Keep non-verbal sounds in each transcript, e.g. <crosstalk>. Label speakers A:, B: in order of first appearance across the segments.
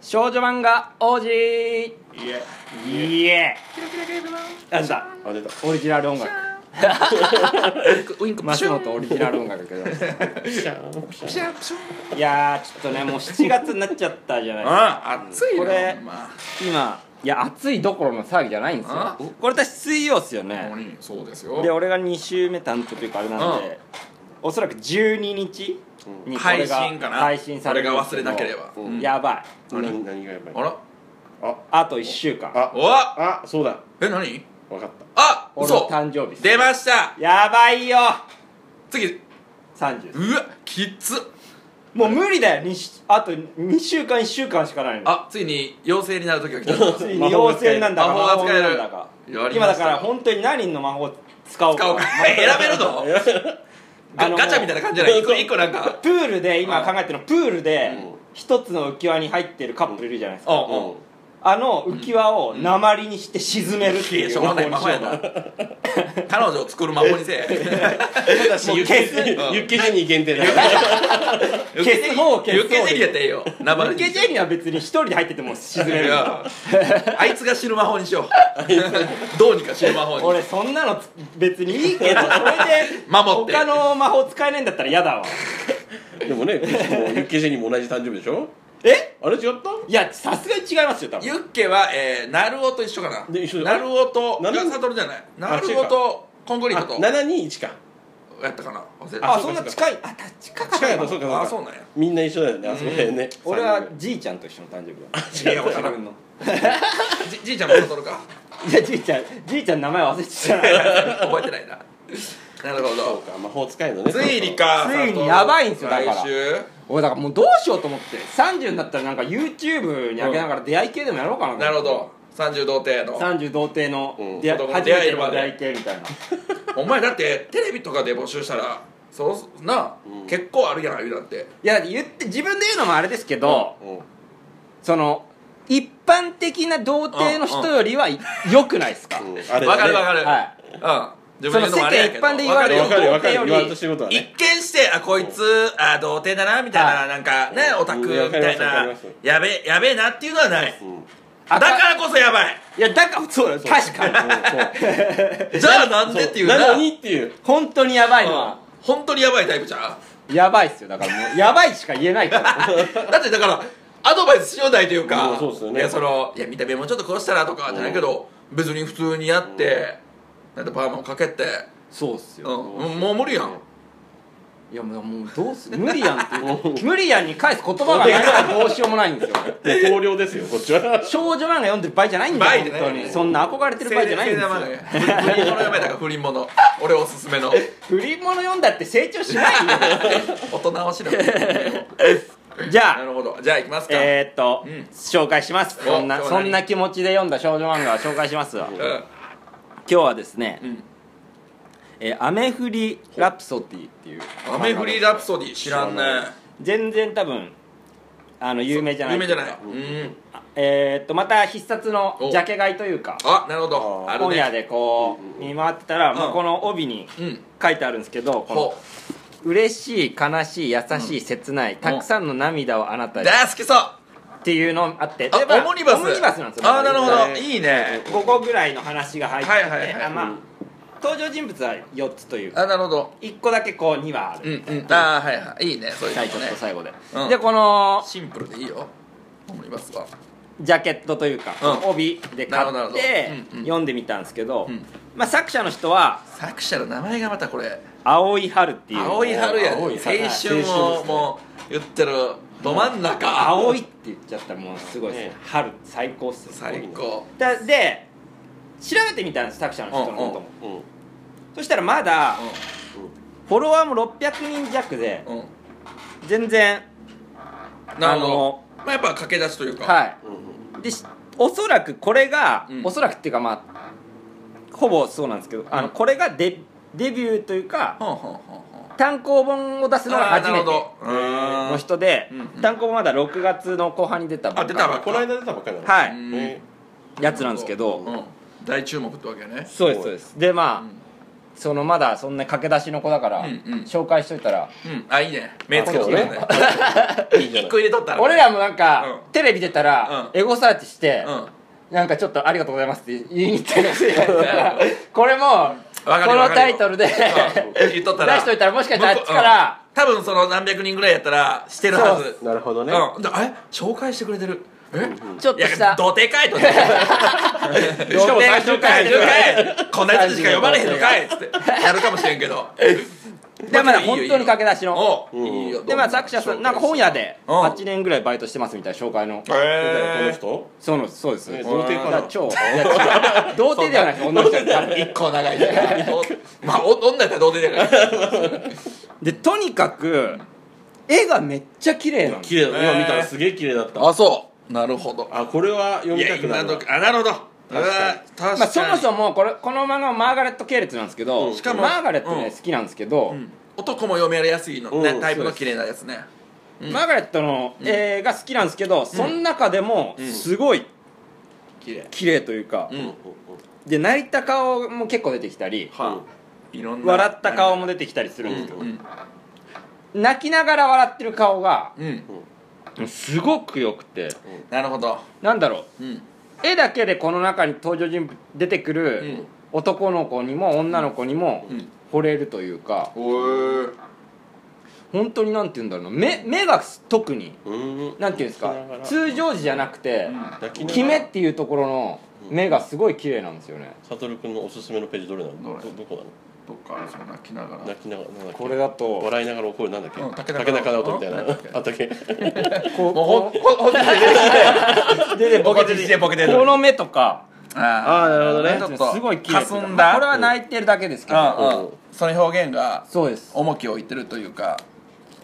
A: 少女漫画王子
B: いえ
A: イエーあ出た
B: あ出た
A: オリジナル音楽
C: ウインク
A: 松本オリジナル音楽だ
C: <laughs>
A: け
B: シャーンシャーン
C: シャプシャ
A: どいやーちょっとねもう7月になっちゃったじゃないですか
B: ああ
C: 暑いな
A: これ
C: ほんま
A: 今いや暑いどころの騒ぎじゃないんですよ
C: あ
A: これ私水曜っすよ
C: ここ
A: ね
C: にそうです
A: で
C: よ
A: 俺が2週目担当というかあれなんでおそらく12日にこれ
C: 配
A: が
C: 信かな
A: 配信される
C: これが忘れなければ
A: うんやばい
B: 何何がやばい
C: あら
A: あと1週間
B: あ
C: おわ
B: あそうだ
C: え何
B: わかった
C: あ
A: 俺の
C: 嘘
A: 誕生日っす
C: 出ました
A: やばいよ
C: 次
A: 30
C: うわきっつ
A: もう無理だよにしあと2週間1週間しかないの
C: あついに妖精になる時が来
A: <laughs>
C: た
A: ついに妖精なんだか
C: 魔法が使える
A: 魔法なんだか
C: やりました
A: 今だから本当に何の魔法使おう
C: 使
A: か
C: おうか選べ
A: <laughs>
C: るの
A: あ
C: ガ
A: の
C: ガチャみたいな感じじゃない一個一個なんか
A: プールで今考えてるのプールで
B: うん
A: 一つの浮き輪に入ってるカップルいるじゃないです
C: う
A: か
C: んうん
B: うん
A: あの浮き輪を鉛にして沈めるって
C: い
A: い
C: や
A: う
C: しょうがない
A: 方
C: 魔
A: 法
C: 法
A: に
C: や
A: しよう <laughs>
C: な
A: か
C: 彼女を作る魔法にせえ
B: ただし
A: もう
B: ユッケジ
C: 消す
B: ユッ
C: <laughs>
B: ケジェニー限定だ
A: 消す方を消す方で
C: ユッケゼリーやったらええよ生
A: 抜けジェニーは別に一人で入ってても <laughs> 沈め
C: い
A: る
C: やあいつが死ぬ魔法にしよう <laughs> どうにか死ぬ魔法に
A: 俺そんなのつ別にいい
C: <laughs>
A: けどそれで
C: 守って
A: 他の魔法使えないんだったら嫌だわ
B: でもねもうユッケジェニーも同じ誕生日でしょ
A: え
B: あれ違った
A: いやさすがに違いますよ多分
C: ユッケは、えー、ナルオと一緒かな
B: で一緒だ
C: ナルオと
B: ナルオ
C: サトルじゃないナ
B: あ違うか
C: ルオとコンクリートと
B: あ721か
C: やったかな忘れた
A: あ
B: そ
A: そ
B: うんか
A: な近いあた近かっ
B: 近
A: た
B: いのそうかそうか
C: あそうなんや
B: みんな一緒だよねあそこだよね
A: 俺はじいちゃんと一緒の誕生日だ
C: いや俺
A: 自
C: な
A: 分の
C: じじいちゃんもサトルか <laughs>
A: いやじいちゃんじいちゃん名前忘れてた <laughs> な
C: 覚えてないななるほ
B: そう
C: ど
B: か魔法使いのね
C: ついにか
A: ついに
C: 佐藤
A: やばいんすよだから
C: 来週
A: 俺だからもうどうしようと思って30になったらなんか YouTube に上げながら出会い系でもやろうかな
C: なるほど30童貞の
A: 30童貞の
B: うん
A: 出会
C: 子供
A: い
C: の
A: 初
C: 出会
A: め
C: え
A: て
C: る
A: の
C: まで
A: 出会い系み <laughs> たいな
C: お前だってテレビとかで募集したらそうな、
B: うん
C: 結構あるやんああいうだって
A: いやだって言って自分で言うのもあれですけど、
B: うん
A: その一般的な童貞の人よりは良くないですか、
B: うんあ
C: わ
B: れだね
C: かるわかる、
A: はい
C: うん自
A: そ
C: 分
A: の世
C: で
A: 間一
C: もあれやけど
A: 般で言われる
B: わ
A: 童
B: かるわ
A: 貞
B: かる
A: より
B: 言われた仕事は
C: 一
B: ね
C: 見してあこいつあ童貞だなみたいな、
A: はい
C: なんかね
B: うん
C: オタクみ
B: わかり
C: た
B: ま
C: い
B: すわかり
C: な
B: ます
C: やべやべえなっていうのはない、
B: うん
C: だからこそやばい
A: いやだからそうだよ確かに
C: じゃあなんでっていう
B: な
C: な
B: のにっていう
A: <laughs> 本当にやばいの
C: うん
A: は、
C: 本当にやばいタイプじゃん
A: やばいっすよだからもうやばいしか言えないから
C: だってだからアドバイスしようないというか、
B: うんそうっすよね
C: いやそのいや見た目もちょっとこうしたらとかじゃないけど、別に普通にやって、なんてパーマをかけて、
A: <laughs> そうっす
C: うん、もう無理やん
A: いやもうもうどうする無理やんって <laughs> いう無理やんに返す言葉がないからどうしようもないんですよ <laughs>
B: 同僚ですよこっちは
A: 少女漫画読んでる場合じゃないんだよ
C: 場合じゃ
A: 本
C: ない
A: 当にそんな憧れてる場合じゃないんですよ
C: 青年青年漫画ね不倫物やめたから不倫物俺おすすめの
A: 不倫物読んだって成長しない <laughs> よ
C: 大人
B: <laughs>
C: をしろ
A: <laughs> じゃ
C: な
A: あ
C: るほどじゃあ行きますか、
A: えー、っと、
C: うん
A: 紹介します
C: お
A: そんな
C: 今日
A: そ
C: 何
A: んな気持ちで読んだ少女漫画は紹介しますわ
B: う
A: 今
C: うん
A: 日はですね
C: うん
A: 「えー雨降りラプソディ」っていう
C: 雨降りラプソディ知らんね
B: 知らな
A: 全然多分あの有名じゃない
C: 有名じゃない
A: とうか
C: うん
A: えー、っとまた必殺のジャケ買いというか
C: あなるほど
B: あー
C: ある
A: 本屋
C: ね
A: でこう見回ってたら、
C: ん
A: まあ、この帯に
C: うん
A: 書いてあるんですけどこの
C: ほ
A: 「
C: う
A: 嬉しい悲しい優しい切ないたくさんの涙をあなたに」
C: 大好きそうあ
A: っていうのあってでまあ
C: オモニバス
A: オモニバスなんですよ
C: あーなるほど
B: ね
C: いいね
A: 5個ぐらいの話が入ってて、
C: はいはいはい
A: あまあ、登場人物は4つというか
C: あなるほど
A: 1個だけこう2話あ
C: うん
A: る、
C: うんああはいはいいいねそういうの
A: 最
C: も
A: 初
C: ね
A: と最後で、
C: うん
A: でこの
C: シンプルでいいよ思いますわ
A: ジャケットというか、
C: うん
A: 帯で買
C: なるほどなる
A: っ
C: ほど
A: て、
C: うんうん
A: 読んでみたんですけど、
C: うん
A: まあ、作者の人は
C: 作者の名前がまたこれ
A: 青井春っていう
C: 青い春やね
B: 青い春
C: 青春
B: 青春です
C: を
B: ね
C: もう言ってるど真ん中
A: 青いって言っちゃったらもうすごいですね
B: ね
A: 春最高っすよ
C: 最高
A: だで調べてみたんです作者の人のことも、
B: うんうん
A: そしたらまだフォロワーも600人弱で
C: うんうん
A: 全然
C: な
A: あ
C: るほど
A: の
C: まあやっぱ駆け出しというか
A: は
B: うん
A: いでしおそらくこれが、
C: うん
A: おそらくっていうかまあほぼそうなんですけど、あの
C: うん
A: これがデデビューというか
C: ほんほんほんほん
A: 単行本を出すのが
C: あー
A: 初
C: なる
A: め
C: ほ
A: て
C: どうーん
A: の人で、
C: うんうん
A: 単行本まだ6月の後半に出たばっか
C: あ出たばっ
B: あこの間出たばっかりだね
A: はい
C: うん
B: ね
A: やつなんですけど、
C: うん大注目ってわけやね
A: そうですそうですでまあ、
C: うん
A: そのまだそんな駆け出しの子だから、
C: うんうん
A: 紹介しといた
C: <laughs>
A: ら
C: うんあいいね目つけと
B: そ
C: く
B: う
C: ね
B: ねいいんじゃな
C: 一
B: い
C: 個入れとったら
A: 俺らもなんか、
C: うん
A: テレビ出たら、
C: うん
A: エゴサーチして、
C: うん
A: なんかちょっと「ありがとうございます」って言いに行ったり
C: <laughs>
A: してこれも
C: わかる
A: こ
C: よ
A: の
C: わかるよ
A: タイトルで
C: うん言っとったら
A: 出しといたらもしかしたらあっ
C: 向
A: ち
C: こう
A: から
C: うん多分その何百人ぐらいやったらしてるはず
B: なるほどね、
C: うんでえ紹介してくれてるえ
A: ちょっとし
C: いや
A: た
C: どでか
A: <laughs>
C: いとねしかも最初から
A: どでか
C: 「こんなやつしか読まれへんのかい」っつってやるかもしれんけど
A: でまだ本当に駆け出しの
C: おいいよ
A: でまあ作者さんなんか本屋で
C: うん
A: 8年ぐらいバイトしてますみたいな紹介の
C: へー
B: この
A: そうのそうです
B: 人、ね、
A: だ
B: 童貞か
A: から
B: な
A: 超いや違う童貞ではなくて女の人です
C: 一個長いね <laughs> まあお女やったらどうでもいいから
A: でとにかく絵がめっちゃ綺麗なの
B: 綺麗だ今見た
C: へ
B: ら
C: ー
B: すげえ綺麗だった
C: あそうなるほど
B: あこれは読
C: い
B: み
C: や
B: たくな
C: 今
B: る
C: ど
B: わ
C: きあなるほどうわ確かに、
A: まあ、そもそもこれこの漫画はマーガレット系列なんですけど、
B: うん
C: しかも
A: マーガレットね、
C: うん
A: 好きなんですけど、
C: うん男も読みやりやすいの、ね
B: うん
C: タイプの綺麗なやつねうん
A: マーガレットの絵が好きなんですけど、その中でもすごい
C: 綺麗
A: 綺麗というか、
C: うん
A: で泣いた顔も結構出てきたり
C: はあいろんな
A: 笑った顔も出てきたりするんですけど、
C: うん
A: 泣きながら笑ってる顔が
C: うん、うん
A: すごく良くて
C: なるほど
A: なんだろう
C: うん
A: 絵だけでこの中に登場人物出てくる男の子にも女の子にも
C: うん
A: 惚れるというか
C: おえ
A: 本当になんて言うんだろうな目目が特に
B: うんうん
A: なんて言うんですか
B: 泣きながら
A: 通常時じゃなくて
B: 抱きながら
A: 決めっていうところの目がすごい綺麗なんですよね
B: サトル君のおすすめのページどれなの
C: どれ
B: どどこなの
C: どっかその泣きながら
B: 泣きながらなんだっけ
A: これだと
B: 笑いながら怒るなんだっけ、
C: うん竹
B: 竹
C: 中
B: 中直人みたいな
C: うんなんだっけ
B: あったっけ
A: こう
C: もうほん
A: こ
C: ほんほんとに
A: うでで
C: ボ
A: ボケ
C: ケて
A: て
C: るボケてる
A: この目とか
C: あ
B: あーなるほどね
A: ち
C: ち
A: ょ
C: ょ
A: っと
C: っと
A: すごい綺麗です
C: かすんだ
A: これは泣いてるだけですけど
C: うんうんその表現が
A: そうです
C: 重きを置いてるというか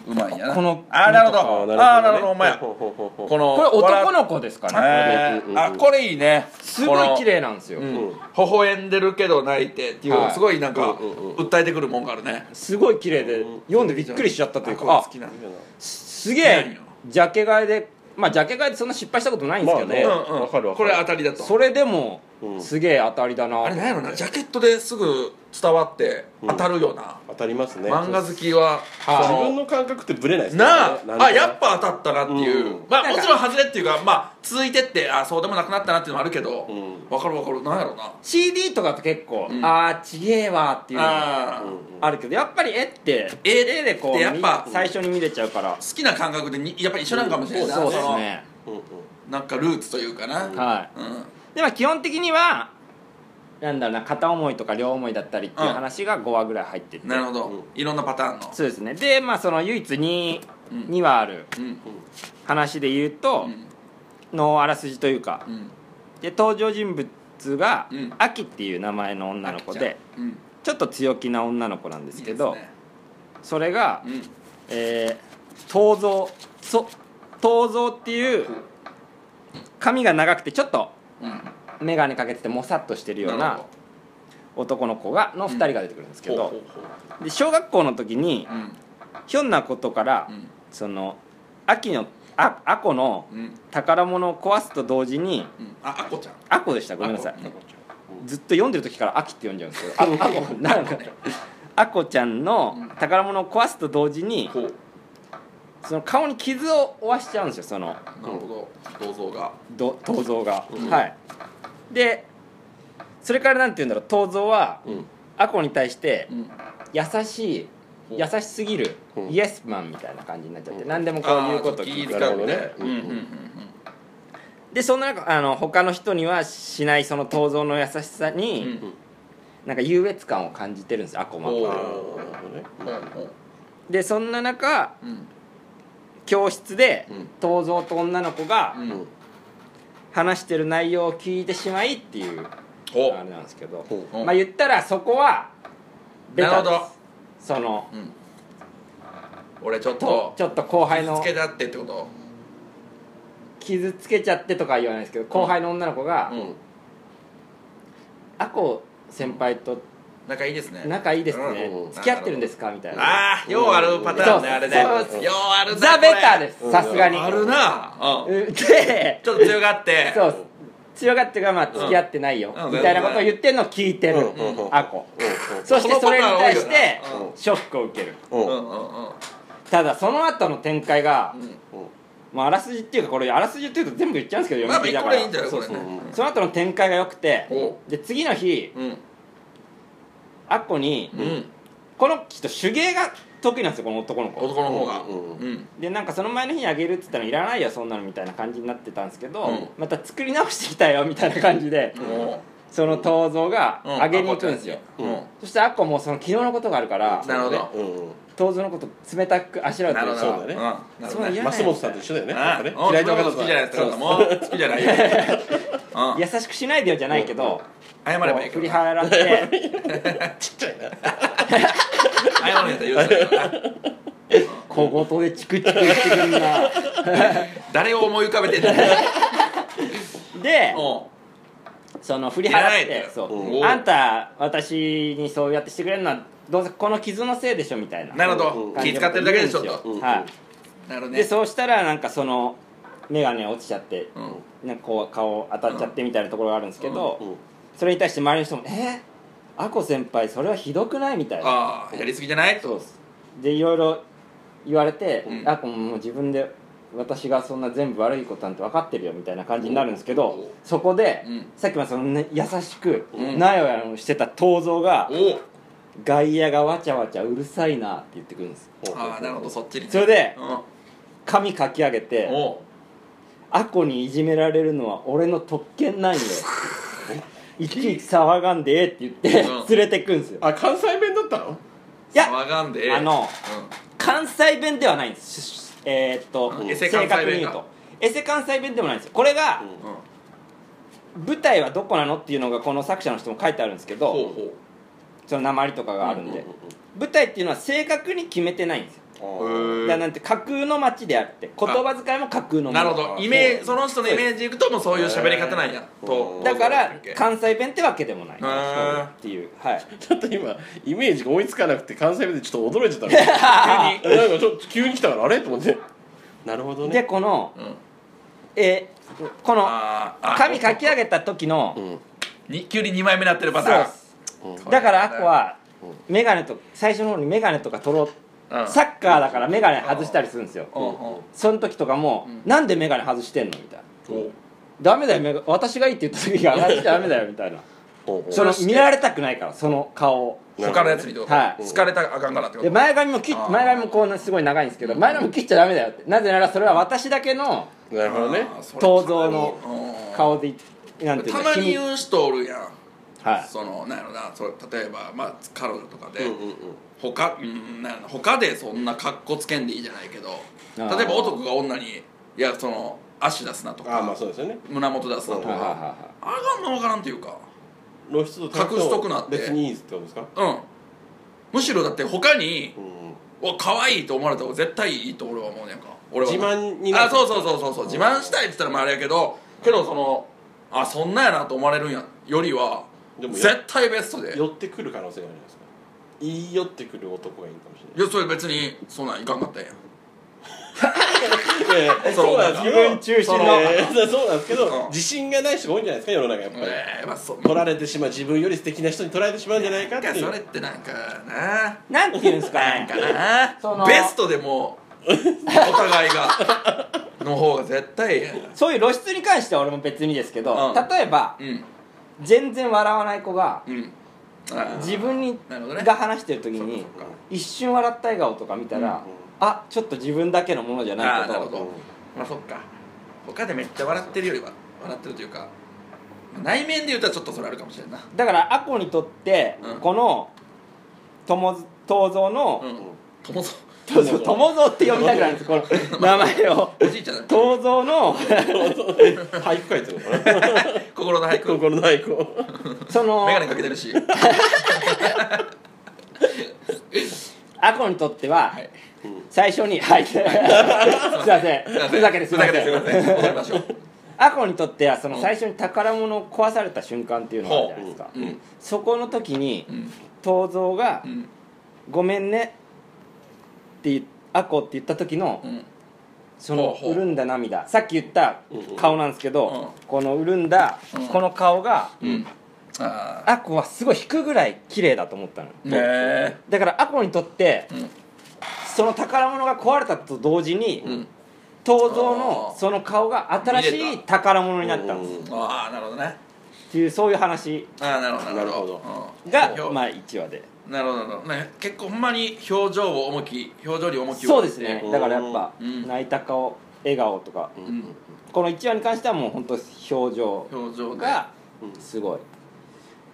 C: うまいんやな
A: この
C: あーなるほど
B: あ
C: あーなるほどお前
B: ほうほうほうほう
C: この
A: これ男
C: 笑っ
A: の子ですから
C: え
B: うんうんうん
C: ーあこれいいね
A: すごい綺麗なんですよ
C: うん
B: うん
C: 微笑んでるけど泣いてっていう、
A: はい
C: すごいなんか、
B: うんうんうん
C: 訴えてくるもんがあるね
A: すごい綺麗で
B: うん
A: 読んでびっくりしちゃったという
C: あ
A: か
C: これ好きな
B: うん
A: あすげ
C: 何
A: え
C: よ
A: ジャケ買いでまあジャケ買いでそんな失敗したことないんですけど、
B: まあね
C: うんうん
B: わかるわか
C: こ
B: る
C: れ当たりだと
A: それでも
B: うん
A: すげえ当たりだな
C: あれなんやろなジャケットですぐ伝わって当たるよな、
B: 当たりますね
C: 漫画好きは、
A: はい
B: 自分
C: そ
B: の感覚ってブレないです
C: の
B: ね
C: なあ
B: なんか
C: あやっぱ当たったなっていう、
B: うん
C: まあもちろん外れっていうかまあ続いてってあそうでもなくなったなっていうのもあるけど、
B: ん
C: わかるわかるなんやろな
A: CD とかって結構、
C: ん
A: ああちげえわーっていうのが
C: あー、
B: うん
C: 好
A: あるけどやっぱり絵って
C: 絵
A: 絵でこう
C: ってやっぱ
A: み最初に見れちゃうから
C: きな感覚でにやっぱり一緒なんかもしれないな、
A: そうで
C: そ
A: す
C: の
A: ね
B: うんうん
C: なんかルーツというかな、
A: は
C: うん
A: いでも基本的にはなんだろうな片思いとか両思いだったりっていう話が5話ぐらい入ってて、
C: なるほど、
B: うん
C: いろんなパターンの
A: そうですねでまあその唯一 2,、
C: うん
A: 2話ある
C: うん
A: 話で言うと
C: う、ん
A: のあらすじというか
C: うん
A: で登場人物が、
C: うん
A: アキっていう名前の女の子で
C: うんいい
A: ちょっと強気な女の子なんですけど
C: ね
A: それが、
C: うん
A: えー、銅像そ銅像っていう髪が長くてちょっと
C: うん
A: 眼鏡かけててもさっとしてるよう
C: なる
A: な
C: ほ
A: 男の子がの2人が出てくるんですけ
C: ど
A: ど、で小学校の時に
C: うん
A: ひょんなことから、
C: うん
A: その秋のあアコの
C: うん
A: 宝物を壊すと同時に
C: うんああこちゃん
A: アコでしたごめんなさい
C: あこ
A: ずっと読んでる時から「秋」って読んじゃうんですけどああこなん <laughs> かあこちゃんの宝物を壊すと同時に
C: うんこう
A: その顔に傷を負わしちゃうんですよその
C: なるほど銅像が
A: ど銅像が、
B: うん
A: はいでそれからなんて言うんだろう銅像は
B: うん
A: アコに対して
C: うん
A: 優しい
C: うん
A: 優しすぎる
B: うん
A: イエスマンみたいな感じになっちゃって
B: うん
A: 何でもこういうことを聞
C: 聞
A: い
C: い
A: て
C: て
B: あーな
C: た
B: るほどね
C: うんうんうん
A: でそんな中あの他の人にはしないその銅像の優しさ
C: うん
A: に
C: うん
A: なんか優越感を感じてるんですよアコマ
C: お
B: あ
C: う
A: は
B: ーなるほどね
C: うんうん
A: でそんな中
C: うん
A: 教室で
B: うん
A: 銅像と女の子が
C: うんうん
A: 話してる内容を聞いてしまいっていう
C: お
A: あれなんですけど
B: ほ
C: う
A: まあ言ったらそこはベ
C: なる
A: タ
C: ほ
A: で
C: ど
A: すその
C: うん俺ちょっ
A: と
C: と
A: ちょっと後輩
C: 傷
A: の
C: つけだってってこと
A: 傷つけちゃってとかは言わないですけど後輩の女の子が
C: うん
A: 「あこ先輩と
C: 仲いいですね
A: 仲いいですね
B: うん
A: 付き合ってるんですか?」みたいな
C: ああようあるパターンね
A: そう
C: あれね
A: そうそう
C: ようあるな
A: ザ・ベター
C: これ
A: ですさすがに
C: あるなうん
A: うんで
C: ちょっと強がって
A: そう強がってるからまあ付き合ってないよ、
C: うん
A: みたいなことを言ってるのを聞いてる、
B: うんうんうん
A: あこ
B: うん
A: そして
C: この
A: そ
C: パ
A: れ
C: タ
A: に
C: ーン多い
A: 対
C: よな
A: して
B: うん
A: ショックを受ける
B: うん
C: う
B: うん
C: んうんうん
A: ただその後の展開が、
B: うん
A: まあ、あらすじっていうかこれあらすじっていうと全部言っちゃうんですけど
C: まあ
A: 読み切りだから、
C: これいいんだよ
A: そうそう
C: これね
A: その後の展開が良くて
C: ほ
A: で次の日
C: うん
A: あっこに、
C: うん
A: この人手芸が得意なんですよこの男の子
C: 男の方が
B: うんうん
C: うん
A: でなんかその前の日にあげるっつったらいらないよそんなのみたいな感じになってたんですけど、
C: うん
A: また作り直してきたよみたいな感じで、
C: も
A: その銅像が
C: うん
A: あげに行くんですよ、
C: ううん
A: そしてあっこもその昨日のことがあるから
C: なるほど
B: うん
A: 銅像のこと冷たくあしらうと
C: ないる
A: う
C: ほ
A: か
C: ど
B: そうだね
C: うんなるほどね
A: そう
B: マスモトさんと一緒だよね
C: あ
B: なんかね
C: あ
B: 嫌いな方
C: 好きじゃないってことだもう好きじゃな
A: <laughs>
C: いようん
A: 優しくしないでよじゃないけど、
C: 謝れ
A: こう
C: ばいいけ
A: 振
C: ど
A: り
C: 謝
A: 払
C: <laughs>
A: って
B: ちっちゃいな
C: るんやったら許すけどな
A: 小言でチクチクしてくんな
C: 誰を思い浮かべてんだよ
A: で
C: うん
A: その振り
C: いらな
A: 払
C: い
A: っ
C: だ
A: て
C: よ
A: そううんあんた私にそうやってしてくれるのはどうせこの傷のせいでしょみたいな
C: なるほ
B: うん
C: ど気使ってるだけでちょっと
B: と
A: はい
C: なるほど
A: で
C: ね
A: そうしたらなんかその眼鏡落ちちゃって
C: うん
A: なんかこう顔当たっちゃってみたいなところがあるんですけど、
B: うん
A: それに対して周りの人も「えー、あこ先輩それはひどくない?」みたいな
C: ああやりすぎじゃない
A: そうですでいろいろ言われて、
C: うん
A: あこももう自分で私がそんな全部悪いことなんて分かってるよみたいな感じになるんですけど、
C: うん
A: そこで、
C: うん
A: さっきまでその、ね、優しく、
C: うん
A: なよやのしてた東蔵が
C: おお
A: 外野がわちゃわちゃうるさいなって言ってくるんです
C: ああなるほどそっちに
A: それで
C: うん
A: 髪かき上げて
C: おう
A: アコにいじめられるのは俺の特権
C: <laughs>
A: なんよいちいち騒がんでええって言って
C: うん
A: 連れてくんですよ
B: あ関西弁だったの
A: いや
C: 騒がんで
A: あの関西弁ではないんですえーっと
C: うん
B: エ
A: 正
C: セ
A: 確に言うと
C: 関
A: エセ関西弁でもないんですよこれが
B: うん
C: うんうん
A: 舞台はどこなのっていうのがこの作者の人も書いてあるんですけ
C: ほ
A: ど
C: うほ
A: その鉛とかがあるんで舞台っていうのは正確に決めてないんですよ
C: う
B: うん
A: だからなんて架空の街であって言葉遣いも架空の
C: なる
A: も
C: ほ
A: の
C: どイメー
A: そ
C: ジそうの人のイメージいくともうそういう喋り方なんや
B: へー
C: と
A: だから
C: へ
A: 関西弁ってわけでもない
C: ー
A: っていうはい
B: ちょっと今イメージが追いつかなくて関西弁でちょっと驚いちゃったの急になんかちょっと急に来たからあれと思ってなるほど
A: で
B: ね
A: この
C: うん
A: えーこの
C: あーあ
A: 髪かき上げた時の
B: うん
C: に急に2枚目になってるパタ
A: そう
C: ー
A: っ
C: ン
A: す
B: うん
A: だからアッコは
B: うん
A: メガネと最初の方にメガネとか取ろう
C: うん
A: サッカーだからメガネ外したりするんですよ
C: うんうん
A: その時とかも
C: うん
A: 「なんでメガネ外してんの?」みたいな
B: おう
A: 「ダメだよメガ私がいい」って言った時が「外しちゃダメだよ」みたいな
B: おうおう
A: その
C: そして
A: 見られたくないからその顔を
C: 他のやつにってこと
A: はい
C: 好かれたらあかんからってこ
A: で
C: と
A: 前髪も切っ
C: あー
A: 前髪もこうすごい長いんですけど前髪も切っちゃダメだよってなぜならそれは私だけの
B: なるほどね
C: あーそれ
A: 銅像の
C: うん
A: 顔でなんていう
C: た
A: の
C: まに
A: 君
C: 言う人おるやん
A: はい
C: そのなんやろなそれ例えばまあ彼女とかで
B: うんうんうん
C: 他うんなんやろ他でそんな格好つけんでいいじゃないけど
A: あー
C: 例えば男が女に「いやその足出すな」と
B: ああまあ
C: か
B: そうですよね
C: 胸元出すなと
A: はいはい
C: か
A: はいはい
C: あかんのわからんっていうか
B: 露出と
C: 隠しとくなって
B: 別にいいってことですか
C: うんむしろだって他に
B: うんうん
C: お可愛いと思われた方が絶対いいと俺は思うねんか俺は
B: 自慢にな
C: あ
B: る
C: そうそうそうそうそう自慢したいって言ったらまああれやけどけどそのあそんなんやなと思われるんやよりは
B: でもよ
C: 絶対ベストでい
B: 寄ってくる可能性があるじゃないですか言い寄ってくる男がいいかもしれ
C: やそれ別にそんなんいかんかったんや
B: ないいやいやそうなんですけ
A: 自分
B: ど
A: 中心の
C: その
B: えーそうなんですけ
C: う
B: ど
C: ん
B: 自信がない人が多いんじゃないですか世の中やっぱり
C: ええまあそ
B: 取られてしまう自分より素敵な人に取られてしまうんじゃないかってい
C: そうれってなんかな
A: なんて言うんですか
C: なん
A: ね
C: かな
A: その
C: ベストでもうお互
B: <laughs>
C: いがの方が絶対ええやん
A: そういう露出に関しては俺も別にですけど、
C: うん
A: 例えば
C: うん
A: 全然笑わない子が
C: うんあ
A: 自分に
C: なるほどね
A: が話してる時
C: そうか
A: に
C: そうか
A: 一瞬笑った笑顔とか見たら、
B: うんうん
A: あちょっと自分だけのものじゃないけ
C: あーな
A: ど
C: るほどまあそっか他でめっちゃ笑ってるよりは笑ってるというかまあ内面で言うたらちょっとそれあるかもしれんな
A: だからアコにとって、
C: うん
A: この友ず東蔵の、
C: うん友蔵
A: 友蔵友蔵って呼びたくないんですこの名前を
C: おじいちゃんだ
A: 東蔵
C: <laughs>
A: の
B: 俳句書いてるのかな
C: 心の俳句
B: 心の俳句を
A: その
C: 眼鏡かけてる <laughs> し
A: アコにとっては、
C: はい
A: 最初にはい <laughs> すいませんふざけです
C: ふ
A: いま
C: ざ
A: せ
C: けですい
A: ん
C: ません戻りましょう
A: アコにとってはその
C: うん
A: 最初に宝物を壊された瞬間っていうのがあるじゃないですか、
C: うん
A: そこの時に
C: うん
A: 東蔵が
C: うん
A: 「ごめんね」って言うアコって言った時の
C: うん
A: そ
C: ほう
A: の
C: ほう
A: 潤んだ涙さっき言った顔なんですけど、
C: うんうん
A: この潤んだ
C: うん
A: この顔が、
C: うんああ
A: アコはすごい引くぐらい綺麗だと思ったの
C: ねえ
A: だからアコにとって
C: うん
A: その宝物が壊れたと同時に、
C: ん
A: 東蔵の
C: あー
A: その顔が新し
C: 見れ
A: い
C: た
A: 宝物になったんです
B: うん
C: ああなるほどね
A: っていうそういう話
C: ああなるほどなるほ
B: なる
C: どうん
A: が
C: 表
A: まあ1話で
C: なるほどなるほどね結構ほんまに表情を重き表情に重きを
A: そう
C: 置
A: で
C: いて
A: すねだからやっぱ
C: うん
A: 泣いた顔笑顔とか
B: うん
C: ん
A: この1話に関してはもう本当表情
C: 表情で
A: が
B: うん
A: すごい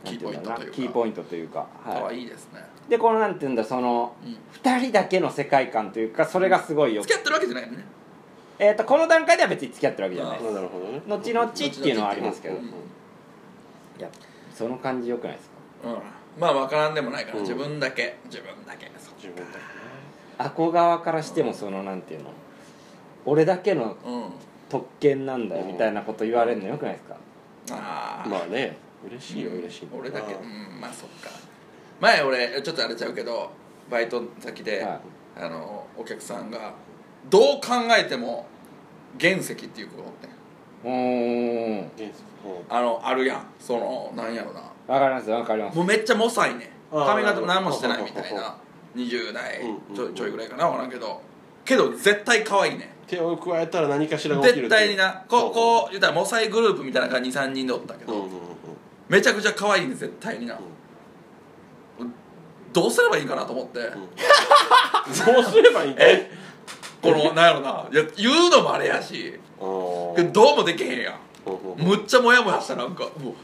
C: キーポイント
A: なんていうんだろうなキー
C: と
A: ポイントというか
C: 可
A: はい
C: 愛いですね
A: でこのなんていうんだその
C: うん
A: 2人だけの世界観というかそれがすごいよ
C: 付き合ってるわけじゃないよね
A: えーとこの段階では別に付き合ってるわけじゃないです
B: なるほどね
A: 後々っていうのはありますけど
C: うん
A: いやその感じよくないですか
C: うんまあ分からんでもないから
B: うん
C: 自分だけ自分だけそっか
B: 自分だ
A: アコ側からしてもそのなんていうの俺だけの
C: うん
A: 特権なんだよみたいなこと言われるのよくないですか
C: あ
B: け
C: あ
B: ねまあね嬉しいよ嬉しいよ
C: 俺だけ
B: あ
C: うんまあそっか前俺ちょっとあれちゃうけどバイト先で、
A: は
C: あのお客さんがどう考えても原石っていう子がおってん
A: うーん
B: ー原石うん
C: あのあるやんそのなんやろな
A: わかりますわかります
C: もうめっちゃモサいね
B: あー
C: 髪型も何もしてないみたい
B: ほうほうほ
C: な20代
B: うん
C: ち
B: うん
C: ょ
B: う
C: い
B: ん
C: ちょいぐらいかな分からんけどけど絶対可愛いね
B: 手を加えたら何かしらが起きる
C: 絶対になこうこう言ったらモサイグループみたいな感じ23人でおったけ
B: うんうん
C: ど
B: うん
C: めちゃくちゃ可愛いね絶対になどうすればいいかなと思って
B: そうすればいいんだよ
C: このなんやろないや言うのもあれやし
B: う
C: け
B: ん
C: どどうもできへんやん
B: うんうん
C: むっちゃモヤモヤしたなんかも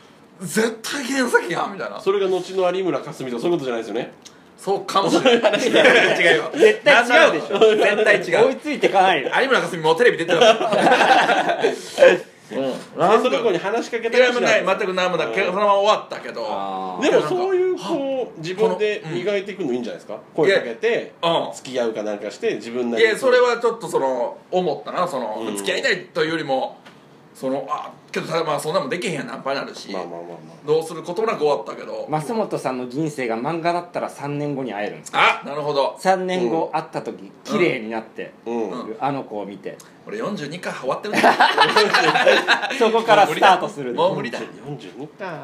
C: う絶対原作やんみたいな
B: それが後の有村架純とかそういうことじゃないですよね
C: そうかもしれない <laughs> 違うよ
A: 絶対違うでし
C: <laughs>
A: ょ
C: 絶対違
A: 追
C: う
A: いついてかないよ
C: 有村架純もテレビ出てたから
B: でその子に話しかけた
C: いやも
B: <laughs>
C: うない
B: で
C: 全く何もなくそのまま終わったけど
A: あ
B: もそういうこう自分で
C: このうん
B: 磨いていくのいいんじゃないですか声かけて
C: うん
B: 付き合うかなんかして自分ないりに
C: やそれはちょっとその思ったなその、
B: うん
C: 付き合いたいというよりもそのあけどただまあそんなもんできへんやんナンパになるし、
B: まあまあまあま
C: どうすることもなく終わったけど、
A: 増本さんの人生が漫画だったら3年後に会えるんです
C: あなるほど
A: 3年後会った時綺麗になって、
B: あうん
C: うん
A: あの子を見
C: <laughs>
A: て
C: 俺42回終わってる
A: そこからスタートする
C: もう無理だ
B: 42か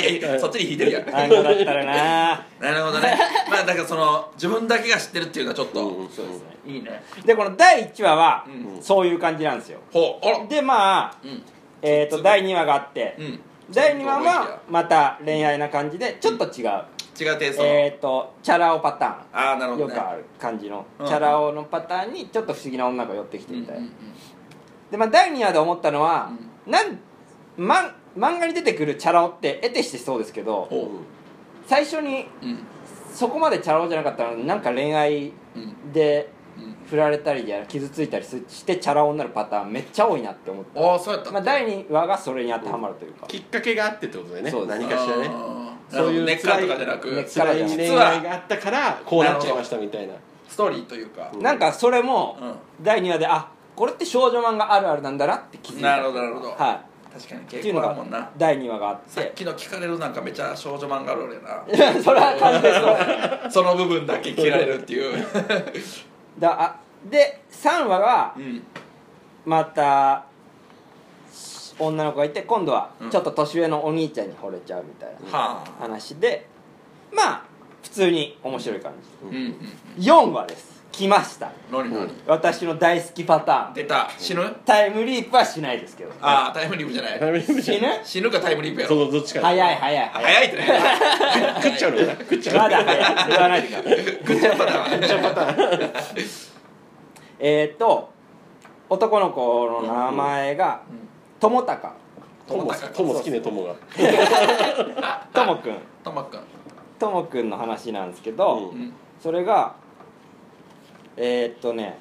C: いやいやそっちに引いてるやん
A: 漫画だったらな
C: なるほどねまあだからその自分だけが知ってるっていうのはちょっと、
B: うんそうですね
C: いいね
A: でこの第1話は、
C: うん
A: そういう感じなんですよ
C: ほうあら
A: でまあ、
C: うん
A: えー、と第2話があって、
C: うん
A: 第2話はまた恋愛な感じでちょっと違う、
C: 違うテイストの、
A: えっ、とチャラ男パターン
C: ああなるほど
A: よ
C: ね
A: くある感じの、
C: うん
A: チャラ男のパターンにちょっと不思議な女が寄ってきてみたいな、
C: うんうん
A: でまあ第2話で思ったのは、なんまん漫画に出てくるチャラ男って得てしてそうですけど
C: ほ
A: 最初に
C: ううん
A: そこまでチャラ男じゃなかったのになんか恋愛
C: うん
A: で
C: うん
A: 振られたりや傷ついたりしてチャラ男になるパターンめっちゃ多いなって思った、
C: ああそうやった
A: まあ、第2話がそれに当てはまるというか、
B: きっかけがあってってことだよね
A: そうです
B: 何かしらね
C: あー
B: そういう
C: なるほど根っからとかじゃ
A: 辛
C: な
A: い
C: く
A: 根っ
B: 辛い恋愛があったからこうなっちゃいましたみたいな
C: ストーリーというか
A: なんかそれも
C: う
A: 第2話であこれって少女漫画あるあるなんだなって気づいた
C: なるほどなるほど
A: は
C: 確かに
A: いってい
C: 傾
A: う
C: 向
A: の
C: あるもん
A: が
C: な
A: 第2話があっ
C: さってきの聞かれるなんかめちゃ少女漫画ある俺な
A: <laughs> それは完全に
C: <laughs>
A: そう
C: その部分だけ切られるって
A: <laughs>
C: いう
A: だあで3話が
C: うん
A: また女の子がいて今度は
C: うん
A: ちょっと年上のお兄ちゃんに惚れちゃうみたいな
C: はあ
A: 話でまあ普通に面白い感
C: うんうん
A: じ4話です来ました
C: 何
B: う
C: 何
B: ん
A: 私の大好きパターン
C: 出た死ぬ
A: タイムリープはしないですけど
C: ああタイムリープじゃな
B: タイ
C: い
B: ムリープじゃ
A: 死
B: ん
A: ぬ
C: 死ぬかタイムリープや
B: そ
C: ろ
B: のどっちか
A: 早い早い
C: あ
A: 早い
C: 早いって <laughs> ね
B: 食っちゃうのかな食っちゃう
A: まだ早い言わないでください
C: <laughs> グッチャパターンは
A: えー、と男の子の名前が
C: うん
A: 友高
B: トモトモ好きねトモが
A: 友くん
C: トマくん
A: 友くんの話なんですけど、
B: うん
C: うん
A: それがえー、っとね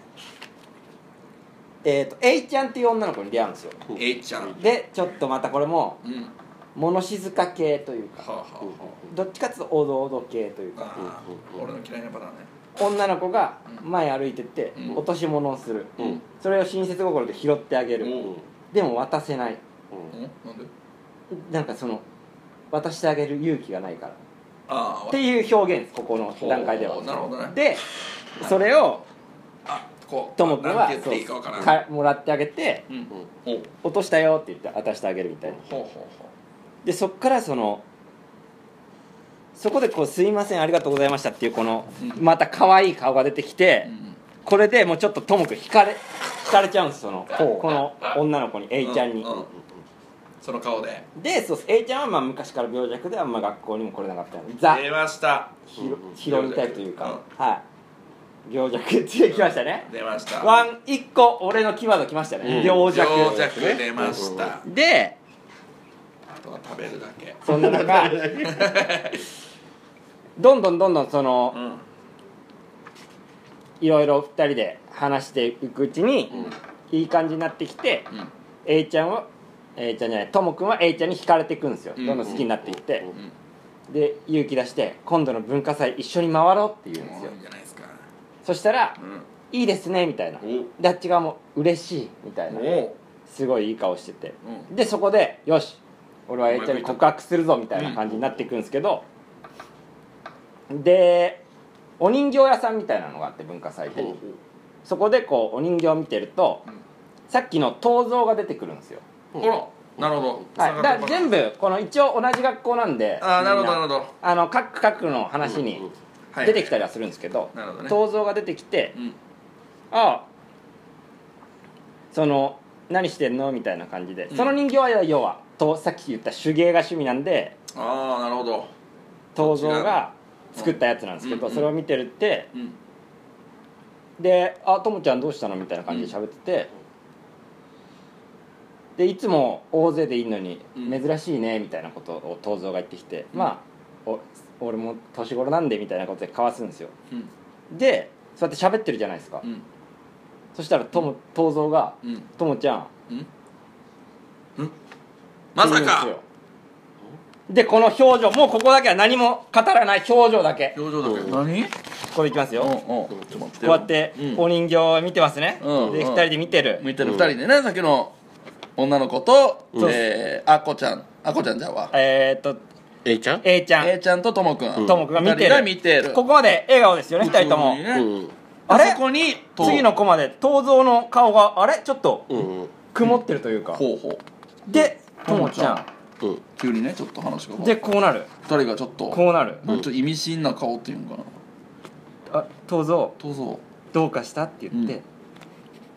A: えー、と A ちゃんっていう女の子に出会うんですよ
B: うん
C: A ちゃん
A: でちょっとまたこれも
C: うんは
A: 物静か系という
C: あ
A: か
C: はあは
A: どっちかっていうとおどおど系という
C: あ
A: か
C: あー俺の嫌いなパターンね
A: 女の子が前歩いてって
C: うん
A: 落とし物をする、
B: うんうん
A: それを親切心で拾ってあげ
C: う
A: る
C: ん
A: でも渡せない
C: うんなんで
A: なんかその渡してあげる勇気がないから
C: ああ
A: っていう表現ですここの段階では
C: ほうなるほどね
A: でそれを
C: あこう
A: ともくんは
C: なんて言っ
A: そ
C: て
A: う
C: いいかわからん
A: かもらってあげて
C: うん
B: う
C: ほ
B: ん
C: うほ
A: 落としたよって言って渡してあげるみたいな
C: うほうほ
A: でそっからそのそこでこう「すいませんありがとうございました」っていうこの
C: うん
A: また可愛い顔が出てき
C: う
A: て、
C: うん
A: これでもうちょっとともくん惹かれ惹かれちゃうんですその
B: ほう
A: この女の子に A ちゃんに、
C: ううその顔で
A: でそう A ちゃんはまあ昔から病弱であんま学校にも来れなかったのでザ
C: 出ました
A: ひろ
B: うん
A: 拾いたいというか、はい病弱ってきましたね、
C: 出ました
A: ワン一個俺のキーワードきましたね、
B: うん
A: 病弱
C: 弱出ました
A: で
C: あとは食べるだけ
A: そんなのがどんどんどんどんその、
C: うん
A: いろいろ2人で話していくうちに、
B: うん
A: いい感じになってきて
C: うん
A: A ちゃんは A ちゃんじゃないともくんは A ちゃんに惹かれていくんですよ、
C: うん
A: どんどん好きになっていって
B: うん、
C: うん
A: で勇気出して今度の文化祭一緒に回ろうって言うんです
C: も
A: よ
C: ういいんじゃないですか
A: そしたら
C: うん
A: 「いいですね」みたいな
B: お
A: であっち側も「嬉しい」みたいな
C: も
A: すごいいい顔してて
C: ううん
A: でそこで「よし俺は A ちゃんに告白するぞ」みたいな感じになっていくんですけどでお人形屋さんみたいなのがあって文化祭で
B: ほう
A: そこでこうお人形を見てると
C: うん
A: さっきの銅像が出てくるんですよ、
B: ほう
C: ほらなるほど
A: はい、だから全
C: 部
A: 部この一応同じ学校なんで
C: ああなるほど
A: み
C: なんるほど
A: あの各各の話に
C: はい
A: 出てきたりはするんですけど
C: なるほどね
A: 銅像が出てきて
C: うん
A: 「ああその何してんの?」みたいな感じで
C: うん
A: その人形は要はとさっき言った手芸が趣味なんで
C: ああなるほど
A: 銅像が作ったやつなんですけ
C: うんう
A: ど
C: ん
A: それを見てるって
C: うん
A: で「あともちゃんどうしたの?」みたいな感じで喋ってて、でいつも大勢でいいのに「
C: うん
A: 珍しいね」みたいなことを東蔵が言ってきて、まあお俺も年頃なんでみたいなことで交わすんですよ
C: うん
A: でそうやって喋ってるじゃないですか、
C: うん
A: そしたらとも東蔵が
C: うん
A: 「ともちゃん」って言うん
C: まさ
A: です
C: か
A: よでこの表情もうここだけは何も語らない表情だけ
C: 表情だけ
B: う
C: 何
A: これいきますよ、こ
C: うんうんちょっと待っ
A: うやって
C: うん
A: お人形を見てますね、
C: うん
A: で2人で見てる、
C: 向いてる二人でねさっきの女の子と
B: うん
C: えーあこちゃんあこちゃんじゃんわ
A: えー、っと
B: A ちゃん
A: A ちゃん
C: A ちゃんとともく
B: うんん
A: ともくんが見て
C: 二人が
A: る
C: 見てる
A: ここまで笑顔ですよね2人とも
C: 普通に
B: う
C: ね
B: ん
A: あれ
C: そこにと
A: 次の子まで東蔵の顔があれちょっと
B: うんうん
A: 曇ってるというか、
C: ほうほ
A: でともちゃん
B: うん
C: う急にねちょっと話が
A: でこうなる
C: 二人がちょっと
A: こうなる
C: なんかちょっと意味深な顔っていうのかな
A: あ東蔵
C: どうぞ
A: どうかしたって言って、
C: うん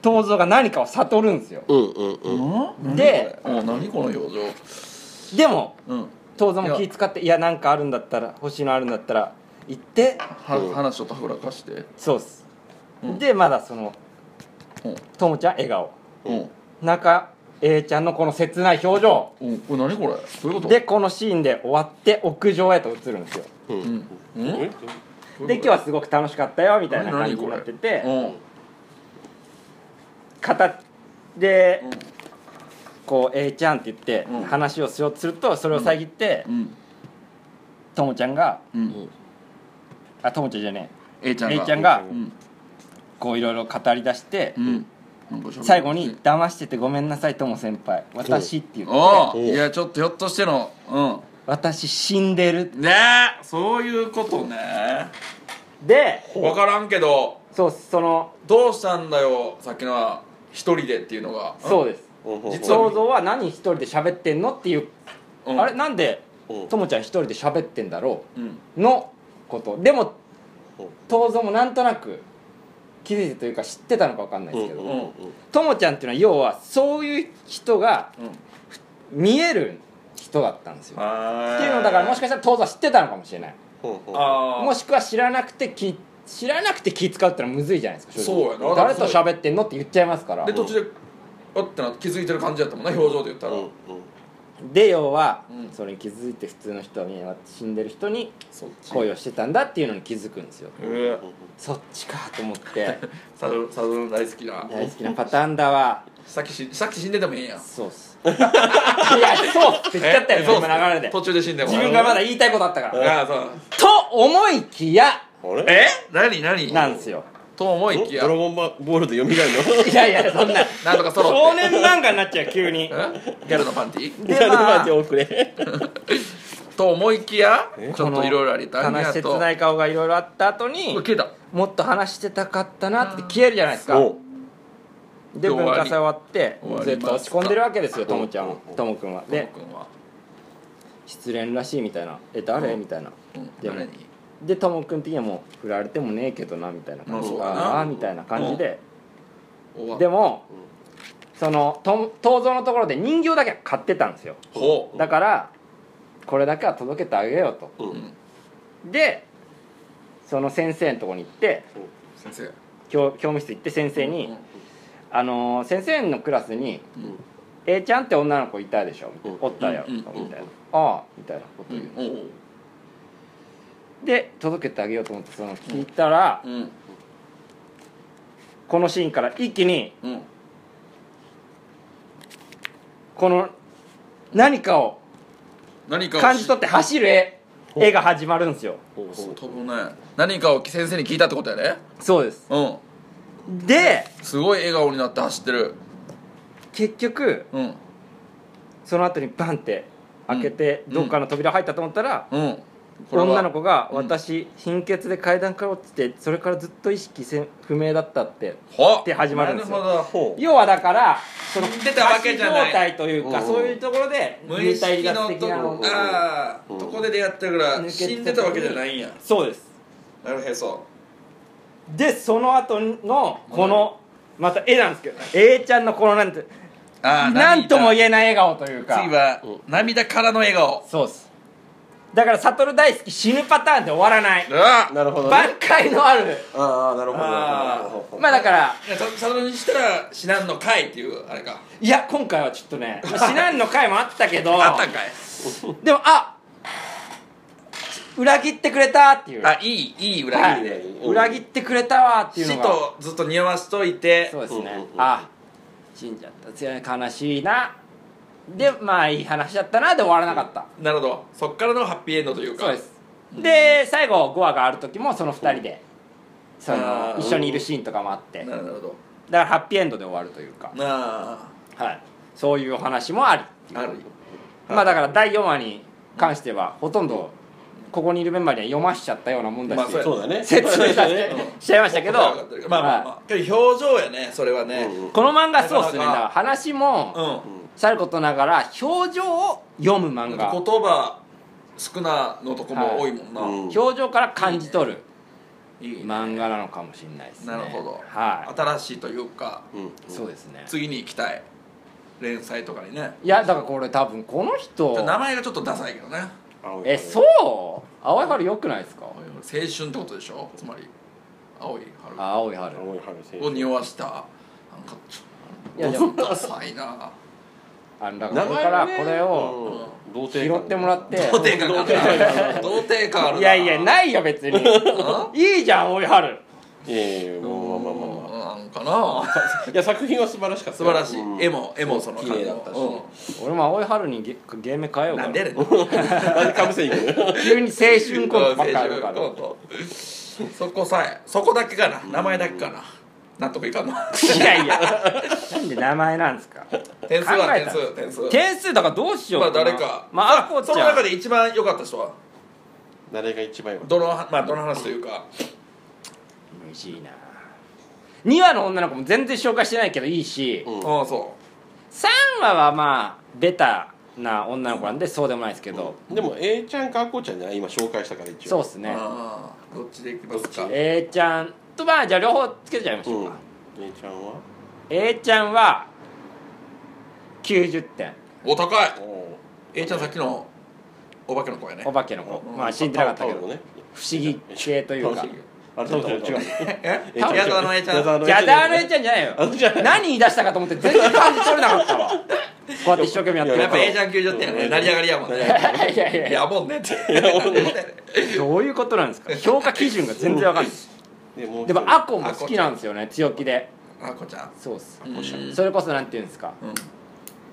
A: 東蔵が何かを悟るんですよ
B: うんうんうん
C: うん
A: で
C: 何これお何この表情
A: でも
C: うん
A: 東蔵も気使っていやなんかあるんだったら欲しいのあるんだったら言って
B: うん
C: は話ちょっとはぐらかして
A: そうっす、
C: うん
A: でまだその
C: うん
A: ともちゃん笑顔
C: うん
A: 中 A ちゃんのこの切ない表情
C: うんこれ何これどういうこと
A: でこのシーンで終わって屋上へと移るんですよ
B: う
C: うんんうん
A: で今日はすごく楽しかったよみたいな感じになってて
C: うん
A: 片で
C: うん
A: こう「えーちゃん」って言って
C: うん
A: 話をしようとするとそれを遮って
C: うん
A: ともちゃんが
C: う
B: うんん
A: あともちゃんじゃね
C: A ちゃ
A: え
C: ん
A: え
C: が
A: A ちゃんが
C: うん
A: こういろいろ語り出して
C: うんなんか喋る
A: 最後に「騙しててごめんなさいとも先輩私」って言っ
C: お
A: て
C: おいやちょっとひょっとしてのう
A: 「私死んでる
C: んねえそういうことね」
A: で
C: 分からんけど
A: そうその
C: どうしたんだよさっきのは一人でっていうのが
A: そうです
B: うん
C: 実は
A: 想像は何一人で喋ってんのっていう
C: うん
A: あれなんで
B: うん
A: ともちゃん一人で喋ってんだろう
C: うん
A: のことでも
B: うん
A: 東蔵もなんとなく気づいてというか知ってたのか分かんないですけ
B: うん
A: ど
B: うんうん
A: ともちゃんっていうのは要はそういう人が
C: うん
A: 見える人だったんですよ
C: は
A: っていうのをだからもしかしたら東蔵は知ってたのかもしれない
B: うん
C: ああ
A: もしくは知らなくて気知らなくて気使うってのはむずいじゃないですか正直
C: そうやな
A: 誰と喋ってんのって言っちゃいますから
C: で途中であってな気づいてる感じやったもんね表情で言ったら
B: うんうん
A: で要は
C: うん
A: それに気づいて普通の人はね死んでる人に
C: そっち
A: 恋をしてたんだっていうのに気づくんですよ
C: え
A: そっちかと思って
C: サドルサドル大好きな
A: <laughs> 大好きなパターンだわ
C: さっきしさっき死んでてもいいんや
A: そうっ <laughs> すいやそうっすって言っちゃった
C: え
A: よ
C: そう
A: 今流れで
C: 途中で死んでも
A: 自分がまだ言いたいことあったから
C: ああそう
A: と思いきや
B: あれ
C: え何何
A: なんすよ
C: と思いきや
B: ドラゴンボールで蘇るの
A: いやいや <laughs> そんな
C: なんとかソロ
A: 少
C: っ
A: 年漫画になっちゃう急に
C: てえギャルのパンティ
A: でまあ
B: 遅れ
C: とと思いきや
B: え
C: ちょっといろいろありたあり
A: 悲
C: が
A: し切
C: とう
A: ない顔がいろいろあった後
C: う
A: に
C: わ消えた
A: もっと話してたかったなって消えるじゃないですか
B: おう
A: で文化祭終わって
C: 終わり
A: ずっと落ち込んでるわけですよ
B: 終
A: と
B: わ
A: も
B: り
A: ちゃん
B: ま
A: は
B: した
A: ともくんは
C: で
A: で失恋らしいみたいな「え誰?」
C: うん
A: みたいなでも
C: 誰に
A: でともくん的にはもう振られてもねえけどなみたいな感
C: まあ
A: じ
C: そうだな
A: ああみたいな感じで
C: おわ
A: でもそのと東蔵のところで人形だけ買ってたんですよ
C: ほ
A: だからこれだけは届けてあげようと
B: う
C: ううんん
A: でその先生のところに行って
C: 先生
A: 教教務室行って先生に「あのー先生のクラスに A ちゃんって女の子いたでしょ」みたいな
B: うん
A: おったよ」
C: うん
A: みた
B: うん
A: いな「ああ」みたいなこと
C: う
A: 言うん
C: うんうん
A: で届けてあげようと思ってその聞いたら
C: うん
A: このシーンから一気に
C: うん
A: この何かを
C: 何かを
A: 感じ取って走る絵
B: うん
A: 絵が始まるんですよ
B: おうおう
C: 飛ぶね何かを先生に聞いたってことやね
A: そうです
C: うん
A: です
C: ごい笑顔になって走ってる
A: 結局
C: うん
A: その後にバンって開けて
C: うん
A: どっかの扉入ったと思ったら
C: うんこれは
A: 女の子が「
C: うん
A: 私貧血で階段から落ちてそれからずっと意識せん不明だった」って
C: ほ
A: って始まるんですよ
C: なるほど
B: ほう
A: 要はだからその
C: 死んでたわけじゃな
A: 仮
C: い
A: 死状態というか
B: うん
A: そういうところで
C: 無意識の
A: 的
C: と
A: な
C: こ
A: のが
C: ああ
B: うん
C: とこで出会ったか
A: 抜
C: ら
A: けてた
C: 死んでたわけじゃないんや
A: そうです
C: なるへそ
A: でその後のこのまた絵なんですけど A ちゃんのこのなんて
C: あ
A: なんとも
C: え
A: 言えない笑顔というか
C: 次は
B: うん
C: 涙からの笑顔
A: そうっすだから悟大好き死ぬパターンで終わらない
C: ああ
B: なるほどね
A: 挽回のある
B: ああなるほど
C: あー
B: なるほど
A: まあだから
C: いやささにしたら死なんのかいっていうあれか
A: いや今回はちょっとねまあ死なんの回もあったけど
C: <laughs> あったんかい
A: でもあ裏切ってくれたっていう
C: あいいいい裏切り
A: はい
B: いねいいね
A: 裏切ってくれたわっていうの
C: 死
A: が
C: とずっと匂わしといて
A: そうですね、
B: うんうんうん
A: あ死んじゃった強い悲しいなでまあいい話だったなで終わらなかった、
C: なるほどそっからのハッピーエンドというか
A: そうですで最後5話がある時もその2人で、そ
C: あ
A: の
C: ー
A: 一緒にいるシーンとかもあって
C: な
A: だか
C: るほど
A: らハッピーエンドで終わるというか、
C: な
A: はい、そういうお話もあり
C: あある
A: まあだから第4話に関してはほとんどここにいるメンバーには読ましちゃったようなもんだし、
C: まあそうや
B: そうだね
A: 説明させて
B: うん
A: しちゃいましたけど、
C: まあまあま
A: は
C: あけど表情やねそれはね
B: うんうん
A: いこの漫画そうですね
C: な
A: だ
C: か
A: か
C: なから
A: 話も、
C: うん
A: さることながら表情を読む漫
C: 言
A: 画
C: 葉少なのとこも多いもんな、
B: はいうん
A: 表情から感じ取る
C: いいね
A: 漫画なのかもしれないですね
C: なるほど、
A: は
C: 新しいというか
B: うんうん
A: いそうですね
C: 次に行きたい連載とかにね
A: いやだからこれ多分この人
C: 名前がちょっとダサいけどね
B: 青い
A: えそう青い春良くないですか
C: 青い春青春ってことでしょつまり青い春
A: あ青い春
B: 青い春選
C: を
B: 手
C: 匂わしたなんかち
A: いやで
C: ょ
A: も
C: っとダサいな
A: あのだか
B: 名
A: らこれ
B: 前
A: から
B: はね
A: これを
B: うん童貞
A: 拾ってもらって
C: 童貞感
A: <laughs>
C: があるな童貞感あるない
A: やいやないよ別に
C: う
A: いいじゃん青い春
B: いやいや
C: う
B: もうまあまあまあまあ
C: んかない
B: や作品は素晴らしかった
C: 素
B: よ
C: 晴らしい
B: うん
C: 絵も絵もその
B: 綺麗だったし
A: 俺も青い春にゲゲーム変えよ
C: う
A: う
C: んな
A: かな
C: んで
A: <laughs>
C: やねん
B: なんでかぶせに行くの
A: 急に青春コントばっかやるから
C: そこさえそこだけかな名前だけかな納得いか
A: <laughs>
C: んの
A: いやいやなんで名前なんですか
C: 点数は
A: 考え
C: 点
A: た
C: 数点数
A: 点数だからどうしよう
C: まあ
A: かな
C: 誰か
A: まああこちゃ
C: そ
A: ん
C: の中で一番良かった人は
B: 誰が一番いいの
C: どのまあどの話というか
A: 美味しいな2話の女の子も全然紹介してないけどいいし、
B: うん
C: ああそ
A: 3話はまあベタな女の子なんでそうでもないですけど、
B: でも A ちゃんかあこちゃんじゃない今紹介したから一応
A: そうっす
C: う
A: ね
C: ああどっちでいきますか
A: A ちゃんとまあじゃあ両方つけちゃいましょう
B: うん
A: か、
B: A ちゃんは
A: A ちゃんは90点
C: お高い
B: おお
C: A ちゃんさっきのお化けの子やね
A: お化けの子、
C: うん
A: まあ死んでなかったけど
B: タオルのね
A: 不思議系というか
B: あれタオルじゃない違う
C: え
B: A
C: 矢沢の A ちゃん
A: じゃあダール A ちゃんじゃないよ
B: あじゃあ
A: 何言い出したかと思って全然感じ取れなかった
C: <laughs>
A: わこうやって一生懸命やって
B: い
A: る
C: やっ
A: か
C: ぱ
A: ら
C: A ちゃん90点やね成り上がりやもんね
A: <laughs> いやいやいや
C: やもんねって
A: どういうことなんですか評価基準が全然わかんない
B: でもう一人
A: でもアコも好きなんですよね強気で
C: <laughs> あこちゃん
A: そうっす
C: うん
A: それこそなんていうんですか
C: うん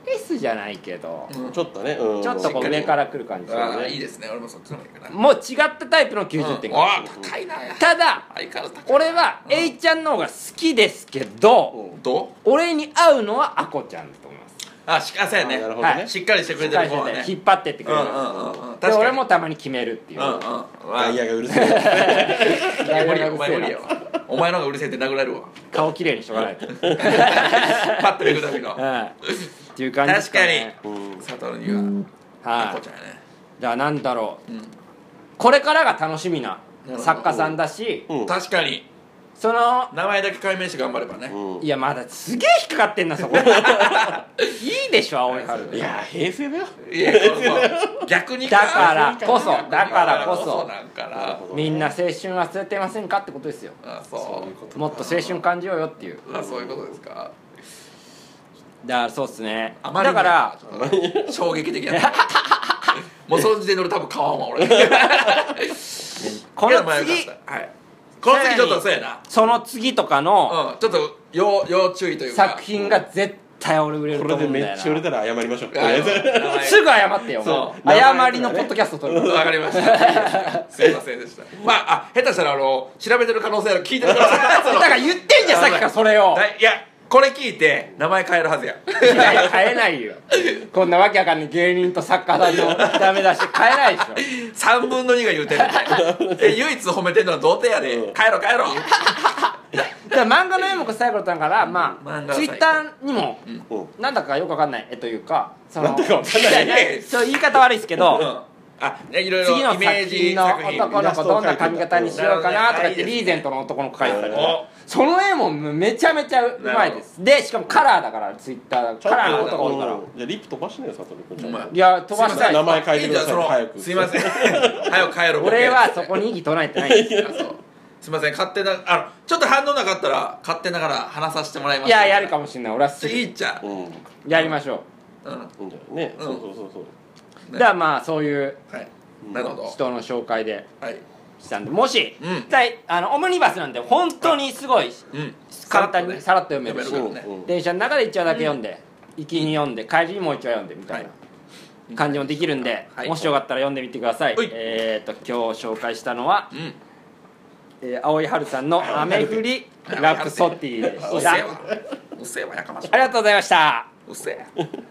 A: S じゃないけど
C: うん
B: ちょっとねうん
A: ちょっとこう上から来る感じ
C: ああ
B: ね
C: いいですね俺もそっちの方がいいかな
A: もう違ったタイプの90点
C: うんああ
B: うん
C: 高いな
A: ただ
C: 相変わらず高い
A: 俺は
C: うん
A: A ちゃんの方が好きですけど
B: うん
C: どう
A: 俺に合うのはアコちゃんだと思います
C: あしあそうやね
B: あなるほど
A: は
B: ね
A: い
C: しっかりしてくれてる方はね
A: 引っ張ってってくれる、
C: うんうんうんうん確か
A: で
C: に
A: 俺もたまに決めるっていう、
C: うんうん
B: あ
C: あ
B: い
C: い
B: や
C: や
B: がうるせえ
C: いや無理やお前無理やわお前の方がうるせえって殴られるわ
A: 顔きれいにしとかないと、うん、っ <laughs>
C: パッとめくだけの
A: ていう感じですかね
B: うん
C: 佐藤には
A: は
C: あこ
A: い
C: ちゃんやね
A: じゃあなんだろう
C: う
A: これからが楽しみな
C: なるほど
A: 作家さんだし、
B: うん
C: ん確かに
A: その
C: 名前だけ解明して頑張ればね
B: うん
A: いやまだすげえ引っかかってんなそこいいでしょ青い春
B: いや平成だよ
C: いやそうそう逆に
A: だからこそだからこそ
C: なんから
A: みんな青春忘れてませんかってことですよ
C: あ
B: そ
C: そう
B: いうこと
A: もっと青春感じようよっていう
C: うあそういうことですか
A: だからそうっすね
C: あ
A: だ
C: まりにも
A: から
C: ちょっと衝撃的やったもうその時点で俺多分買わんわ
A: <laughs>
C: 俺
A: こ
C: いや
A: の
C: まあよかっ
A: 次
C: たはいこの次ちょっとそうやな
A: その次とかの
C: うんちょっと要要注意というか
A: 作品が絶対俺売れ
B: こ
A: ると
B: れ
A: 思
B: で
A: うん
B: め
A: だよ
B: っ
A: な
B: ちゃ売れたら謝りましょうとりあ
C: あ
B: え
C: の
B: ず
C: 名前
A: すぐ謝ってよ
C: そ
A: もう謝りのポッドキャスト撮る
C: <laughs> わかりました。 <laughs> すいませんでした。まあ、あ、下手したら、あの、調べてる可能性ある、聞いてる可能性ある。そ
A: <laughs> だ
C: の
A: から言ってんじゃんさっきからそれを
C: だいや、これ聞いて、名前変えるはずや。
A: いやいや変えないよこんなわけわかんない芸人と作家さんのダメ出し変えないでしょ
C: 三分の二が言
B: <laughs>
C: うてるんで。え、唯一褒めてるのは童貞やで。帰ろう帰ろう。
A: だから漫画の絵もこ最後だったからま
C: 漫
A: あ
C: 画は
A: ツ
C: 最
A: イ
C: 後
A: ッターにも
B: うん
A: なんだかよくわかんない絵というかそ
B: なんだかわかんない
A: やややそう言い方悪いですけ
C: うん。
A: ど
C: あ、ねいろい
A: 次
C: ろ
A: の
C: イ
A: 作
C: メージ
A: 品の
C: 作品。
A: 男の子どんな髪型にしようかなとか言って
C: イラストを描いてる
A: リーゼントの男の子描いてたけ
C: お
A: どその絵もめちゃめちゃうまいですでしかもカラーだからツイッターカラーのことが多いから
B: うんじゃあリップ飛ばしなよ佐藤君ち
C: お前
A: いや飛ばし
C: すいま
A: たい
C: せん
B: 名前変えてくださ
C: いい
B: い
C: んじゃん
B: 早く
C: すいま
B: <laughs>
C: せん。早く帰ろう。
A: 俺はそこに異議唱えてないです
C: いやそうすいません、勝手な、あの、ちょっと反応なかったら、勝手ながら話させてもらいま
A: い
C: す。
A: ややるか
C: も。
A: もしれない俺はすぐ
C: いいじゃん。
B: うん
A: やりましょ
C: うん。
B: いいんじゃないね
C: うん
B: そうそうそうそう
A: う
C: ね
A: だからまあそういう
C: はい。なるほど。
A: 人の紹介で
C: はい。
A: したんでもし、
C: うん
A: 在あのオムニバスなんで本当にすごい
C: うん。
A: 簡単にさ
C: ら
A: らっと読めるし
C: 読めるから
B: う
C: ね
B: んうん
A: 電車の中で一話だけ読んで、行きに読んで帰りにもう一話読んでみたい
C: は
A: な感じもできるんで、
C: はい
A: もしよかったら読んでみてください、
C: はい
A: えっ、と今日紹介したのは
C: う、ん。
A: えー、青井春さんの「雨降りラプソディ」で
C: う
A: し
C: っせえ
A: た
C: わ。うっせえわ、やかましい。
A: ありがとうございました
C: うっせえ。